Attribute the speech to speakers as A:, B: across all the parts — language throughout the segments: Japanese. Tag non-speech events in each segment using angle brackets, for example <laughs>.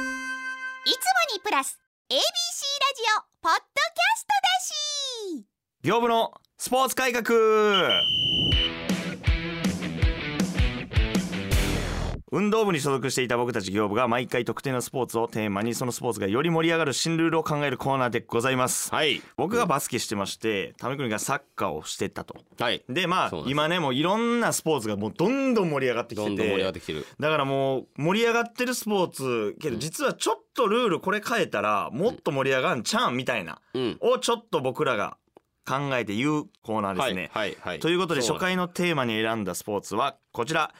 A: いつもにプラス ABC ラジオポッドキャストだし
B: 業務のスポーツ改革運動部に所属していた僕たち業務が毎回特定のスポーツをテーマにそのスポーツがより盛り上がる新ルールを考えるコーナーでございます、
C: はい。
B: 僕がバスケしてましてタメ君がサッカーをしてたと
C: はい。
B: でまあ
C: そうなんです
B: 今ねもういろんなスポーツがもうどんどん盛り上がってき
C: ど
B: て
C: んどん盛り上がっててきてる。
B: だからもう盛り上がってるスポーツけど実はちょっとルールこれ変えたらもっと盛り上がんちゃうんみたいな
C: うん。
B: をちょっと僕らが考えて言うコーナーですね、
C: はい。はい。はい
B: ということで初。
C: そ
B: 回のテーマに選んだスポーツはこちら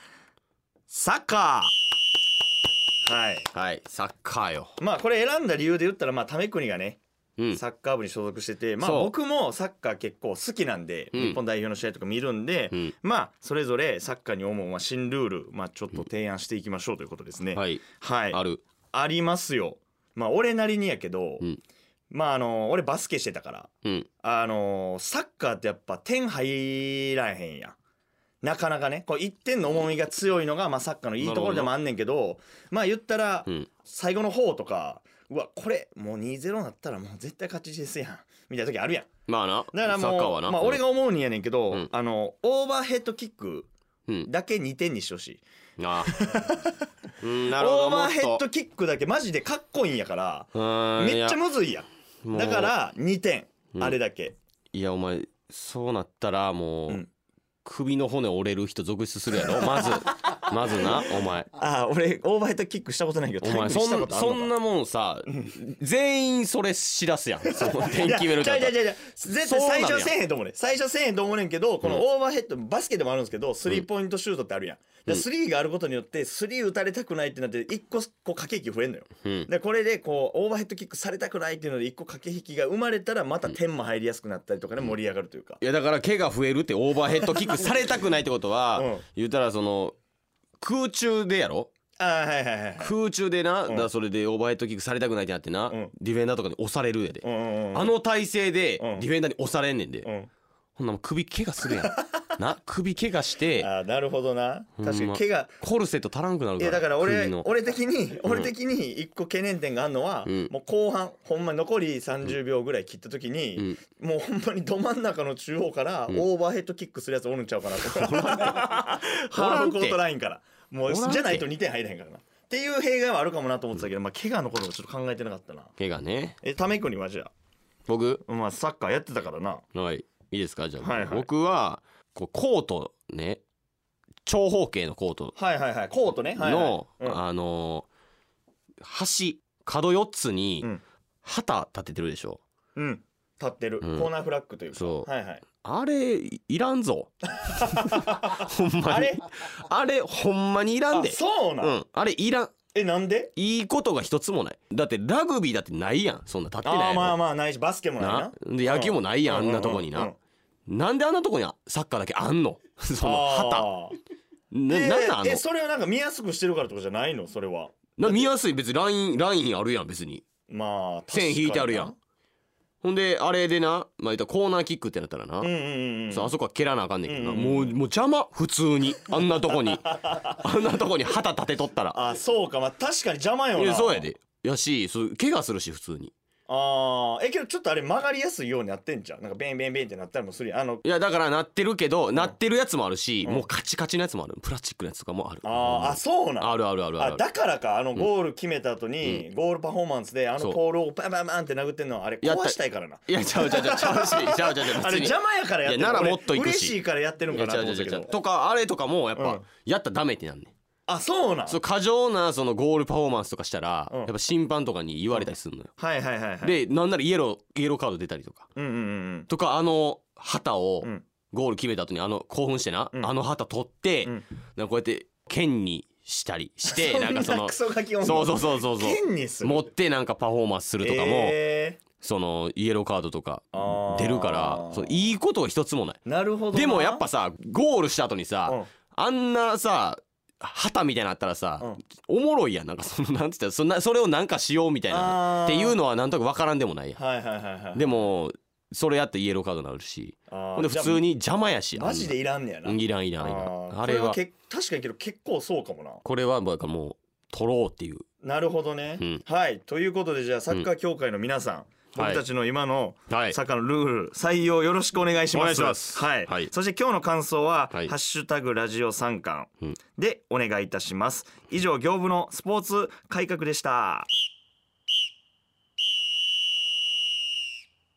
B: サッカーはい
C: なんはい。サッカーよ。
B: まあこれ選んだ理由で言ったらまあ為国がね
C: うん。
B: サッカー部に所属しててまあ
C: そう
B: 僕もサッカー結構好きなんで
C: うん
B: 日本代表の試合とか見るんで
C: うん。
B: まあそれぞれサッカーに思うまあ新ルールまあちょっと提案していきましょうということですね
C: はい。
B: はい
C: ある。
B: ありますよまあ俺なりにやけど
C: うん
B: まああの俺バスケしてたから
C: うん。
B: あのーサッカーってやっぱ点入らへんやんなかなかねこう1点の重みが強いのが、まあ、サッカーのいいところでもあんねんけどまあ言ったら
C: うん。
B: 最後の方とかうわこれもう2-0なったらもう絶対勝ちですやんみたいな時あるやん
C: まあな。
B: だから
C: サッカー
B: も
C: は
B: う
C: な。
B: まあ、俺
C: が。
B: が思うにやねんけど、
C: うん
B: あのオーバーヘッドキック
C: うん。
B: だけ2点にしてほしい、 <laughs>
C: あー。うん。なるほど。
B: オーバーヘッ
C: もっ
B: ドキックだけマジでかっこいいんやから
C: と。うーん
B: めっちゃ
C: い
B: むずいや
C: や
B: んだか。
C: も
B: ら2点、
C: うん
B: あれだけ
C: ういや、お前、そうなったら、も
B: うん
C: う。首の骨折れる人続出するや
B: <laughs>
C: ろ。まず。まずな、お前。
B: ああ俺オーバーヘッドキックしたことないけど
C: お
B: タイ
C: 前
B: ミング
C: そ
B: したこ
C: ん
B: とあるの
C: そ
B: か
C: んなも
B: <laughs>
C: んさ全員それしだすやんその点決める
B: い
C: と
B: や
C: か
B: いやいやいや絶
C: そう
B: 対最
C: なんや
B: 初せえへんと思うねん最初せえへんと思うねんけどこのオーバーヘッドバスケでもあるんですけどスリーポイントシュートってあるやんでスリーがあることによってスリー打たれたくないってなって一個こう駆け引き増えんのよ
C: うん
B: でこれでこうオーバーヘッドキックされたくないっていうので一個駆け引きが生まれたらまた点も入りやすくなったりとかね盛り上がるというか
C: いやだから毛が増えるってオーバーヘッドキックされたくないってことは、
B: うん
C: 言うたらその空中でやろ
B: ああはいはいはいはい
C: 空中でな、
B: ん
C: だからそれでオーバーヘッドキックされたくないってなってな、
B: うん
C: ディフェンダーとかに押されるやで、
B: うんうんうん
C: あの体勢でデ
B: うん
C: ィフェンダーに押されんねんで、
B: うん
C: ほんならもう首怪我するや
B: <laughs>
C: んな首怪我して
B: ああなるほどな
C: ほんま
B: 確かに怪我
C: コルセット足らんくなる
B: い
C: か
B: や
C: ら
B: だから俺
C: 首の
B: 俺的に俺的に一個懸念点があるのは、
C: うん
B: もう後半ほんま残り30秒ぐらい切った時に、
C: うん
B: もうほんまにど真ん中の中央から
C: ん
B: オーバーヘッドキックする <laughs> やつおるんちゃうかなとハーフコートラインからもう
C: おらんて
B: じゃないと2点入れへんからなっていう弊害はあるかもなと思ってたけど、まあ、怪我のこともちょっと考えてなかったな
C: 怪我ね
B: えためこにはじゃ
C: 僕
B: あ、まあ、サッカーやってたからな
C: はいいいですかじゃあ、
B: はいはい
C: 僕はこうコートね長方形のコート
B: はいはいはいコートねはいはい
C: の、
B: うん
C: あのー、橋角4つに
B: うん
C: 旗立ててるでしょ、
B: うん立ってる、
C: うん
B: コーナーフラッグというか
C: そう
B: はいはい
C: あれいいら
B: <laughs>
C: んぞほんまに
B: あ
C: あれ
B: れ
C: ほんまにいらん
B: あ
C: で
B: そうなん、
C: うん、あれいらん
B: えなんで
C: いいことが一つもないだってラグビーだってないやんそんな立ってない
B: あ
C: や
B: あ
C: ん
B: まあまあないしバスケもないな
C: なで野球もないやん、
B: う
C: あんなとこにな、
B: ううんうん
C: なんであんなとこにサッカーだけあんの <laughs> その旗
B: あー
C: な
B: え
C: なんなんあ
B: え
C: の
B: それはなんか見やすくしてるからとかじゃないのそれは
C: な見やすい別にラインラインあるやん別に
B: まあ確かに
C: 線
B: な
C: 引いてあるやんほんであれでな、まあ、言ったらコーナーキックってなったらな、
B: うんうんうん
C: そうあそこは蹴らなあかんねんけどな、
B: うんうん
C: もうもう邪魔普通にあんなとこに <laughs> あんなとこに旗立てとったら
B: あそうかまあ確かに邪魔よない
C: やそうやでやしそう怪我するし普通に
B: ああえけどちょっとあれ曲がりやすいようになってんじゃんなんかベンベンベンってなったりもするやんあの
C: いやだからなってるけどなってるやつもあるし、
B: うん
C: もうカチカチのやつもあるプラスチックのやつとかもある
B: あーあそうなん
C: あるあるあるある
B: あだからかあのゴール決めた後にゴールパフォーマンスであ
C: そ
B: の
C: う
B: ポールをバンバンバンって殴ってんのはあれ
C: やった
B: 壊したいからない
C: やちゃうちゃうちゃう
B: <laughs>
C: ちゃうしちゃうちゃうちゃ
B: あ
C: う
B: れ
C: 別に
B: 邪魔やからやってる
C: いやなら
B: 俺
C: もっと行くし
B: 嬉しいからやってるん
C: い
B: かな
C: やち
B: と
C: ゃうち
B: 思っ
C: ゃう
B: たけ
C: ちゃう
B: ど
C: とかあれとかもやっぱ、
B: うん
C: やったらダメってなんねん
B: あそうなん
C: そう過剰なそのゴールパフォーマンスとかしたら、
B: うん
C: やっぱ審判とかに言われたりするのよ、
B: はいはいはいはい
C: でなんならイエローイエローカード出たりとか
B: うんうんうん
C: とかあの旗を
B: うん
C: ゴール決めた後にあの興奮してな、
B: うん
C: あの旗取って、
B: うん
C: なんかこうやって剣にしたりして
B: <laughs> そん
C: なんかその
B: クソガキ女
C: そうそうそうそうそう
B: 剣にする
C: 持ってなんかパフォーマンスするとかも、
B: え
C: そのイエローカードとか
B: あー
C: 出るからそういいことが一つもない
B: ーなるほどな
C: でもやっぱさゴールした後にさ、
B: うん
C: あんなさ旗みたいなのあったらさ、
B: うん
C: おもろいやんなんかそのなんつったらそんなそれをなんかしようみたい
B: あー
C: なっていうのはなんとかわからんでもないやん
B: はいはいはいはい
C: でもそれやってイエローカードになるし
B: あ
C: ほん
B: ー
C: で普通に邪魔やし
B: じゃあマジでいらんねや
C: あ
B: なん
C: なイランイランイラ
B: あ
C: ン
B: ー
C: あれは
B: こけ確かにけど結構そうかもな
C: これはだからもう取ろうっていう
B: なるほどね、
C: うん
B: はいということでじゃあサッカー協会の皆さん、
C: はい
B: 僕たちの今の
C: はい
B: サッカーのルール採用よろしくお願いします
C: お願いします
B: はい、
C: はい
B: そして今日の感想は、
C: はい
B: ハッシュタグラジオ三冠
C: うん
B: でお願いいたします以上業務のスポーツ改革でした